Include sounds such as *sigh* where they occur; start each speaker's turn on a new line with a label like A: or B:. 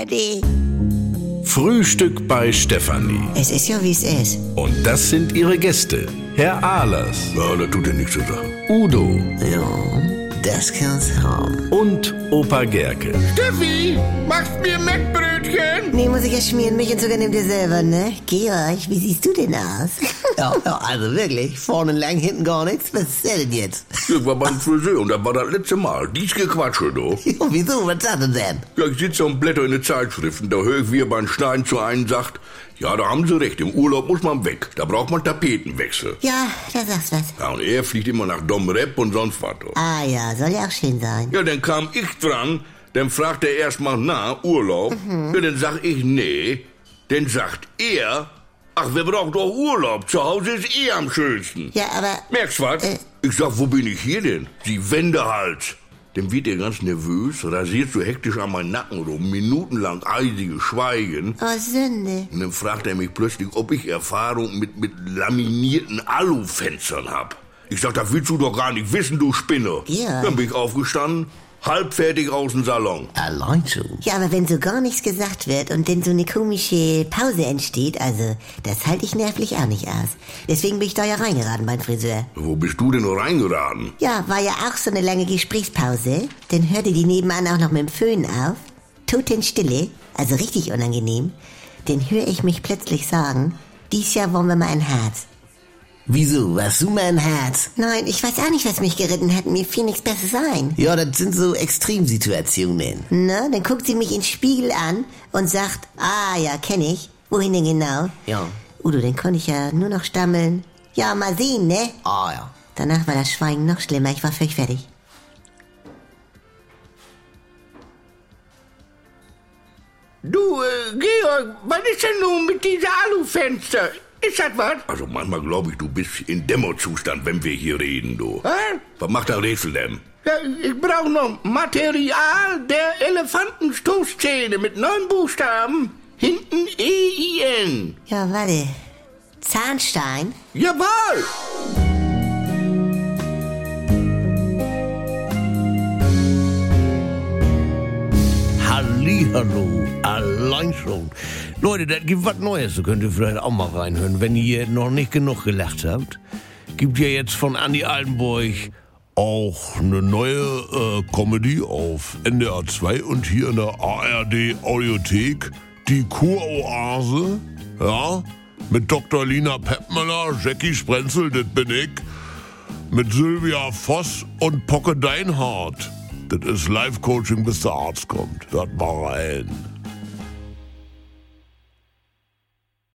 A: Eddie.
B: Frühstück bei Stefanie.
A: Es ist ja, wie es ist.
B: Und das sind ihre Gäste. Herr Ahlers,
C: Ja, das tut dir nichts zu sagen.
B: Udo
A: Ja, das kann's haben.
B: und Opa Gerke.
D: Steffi, machst mir Mettbrötchen?
A: Nee, muss ich ja schmieren. Mich und sogar nimm dir selber, ne? Georg, wie siehst du denn aus?
E: Ja, ja, also wirklich, vorne lang, hinten gar nichts. Was ist der denn jetzt? *laughs*
C: Ich war beim Friseur und da war das letzte Mal. Dies Gequatsche, du.
E: Jo, wieso? Was sagt denn denn?
C: Ja, ich sitze und blätter in den Zeitschriften. Da höre ich, wie er beim Schneiden zu einem sagt, ja, da haben sie recht, im Urlaub muss man weg. Da braucht man Tapetenwechsel.
A: Ja, da sagst was.
C: Ja, und er fliegt immer nach Domrep und sonst was. du.
A: Ah ja, soll ja auch schön sein.
C: Ja, dann kam ich dran, dann fragt er erstmal na, Urlaub. Ja, dann sag ich nee. Dann sagt er, ach, wer braucht doch Urlaub? Zu Hause ist eh am schönsten.
A: Ja, aber...
C: Merkst was?
A: Äh.
C: Ich sag, wo bin ich hier denn? Die Wände halt. Dann wird er ganz nervös, rasiert so hektisch an meinen Nacken rum, minutenlang eisiges Schweigen.
A: Oh, Sünde.
C: Und dann fragt er mich plötzlich, ob ich Erfahrung mit, mit laminierten Alufenstern hab. Ich sag, das willst du doch gar nicht wissen, du Spinne.
A: Ja.
C: Dann bin ich aufgestanden, halbfertig aus dem Salon.
E: Allein schon.
A: Ja, aber wenn so gar nichts gesagt wird und dann so eine komische Pause entsteht, also, das halte ich nervlich auch nicht aus. Deswegen bin ich da ja reingeraten beim Friseur.
C: Wo bist du denn reingeraten?
A: Ja, war ja auch so eine lange Gesprächspause. Dann hörte die nebenan auch noch mit dem Föhn auf. Totenstille, also richtig unangenehm. Dann höre ich mich plötzlich sagen, dies Jahr wollen wir mal ein Herz.
E: Wieso? Was du mein Herz?
A: Nein, ich weiß auch nicht, was mich geritten hat. Mir fiel nichts Besseres ein.
E: Ja, das sind so Extremsituationen.
A: Na, dann guckt sie mich in den Spiegel an und sagt, ah ja, kenne ich. Wohin denn genau?
E: Ja.
A: Udo, dann konnte ich ja nur noch stammeln. Ja, mal sehen, ne?
E: Ah ja.
A: Danach war das Schweigen noch schlimmer. Ich war völlig fertig.
D: Du, äh, Georg, was ist denn nun mit dieser Alufenster? Ist das was?
C: Also manchmal glaube ich, du bist in Dämmerzustand, wenn wir hier reden, du.
D: Hä?
C: Was macht der Rätsel denn?
D: Ja, ich brauche noch Material der Elefantenstoßzähne mit neun Buchstaben. Hinten E E-I-N.
A: Ja, warte. Zahnstein?
D: Jawohl!
E: Hallihallo.
F: Allein schon. Leute, das gibt was Neues. Da könnt ihr vielleicht auch mal reinhören, wenn ihr noch nicht genug gelacht habt. Gibt ja jetzt von Andy Altenburg auch eine neue äh, Comedy auf NDR 2 und hier in der ARD Audiothek. Die Kuroase. Ja. Mit Dr. Lina Peppmüller, Jackie Sprenzel, das bin ich. Mit Sylvia Voss und Pocke Deinhardt. Das ist Life-Coaching, bis der Arzt kommt. Hört mal rein.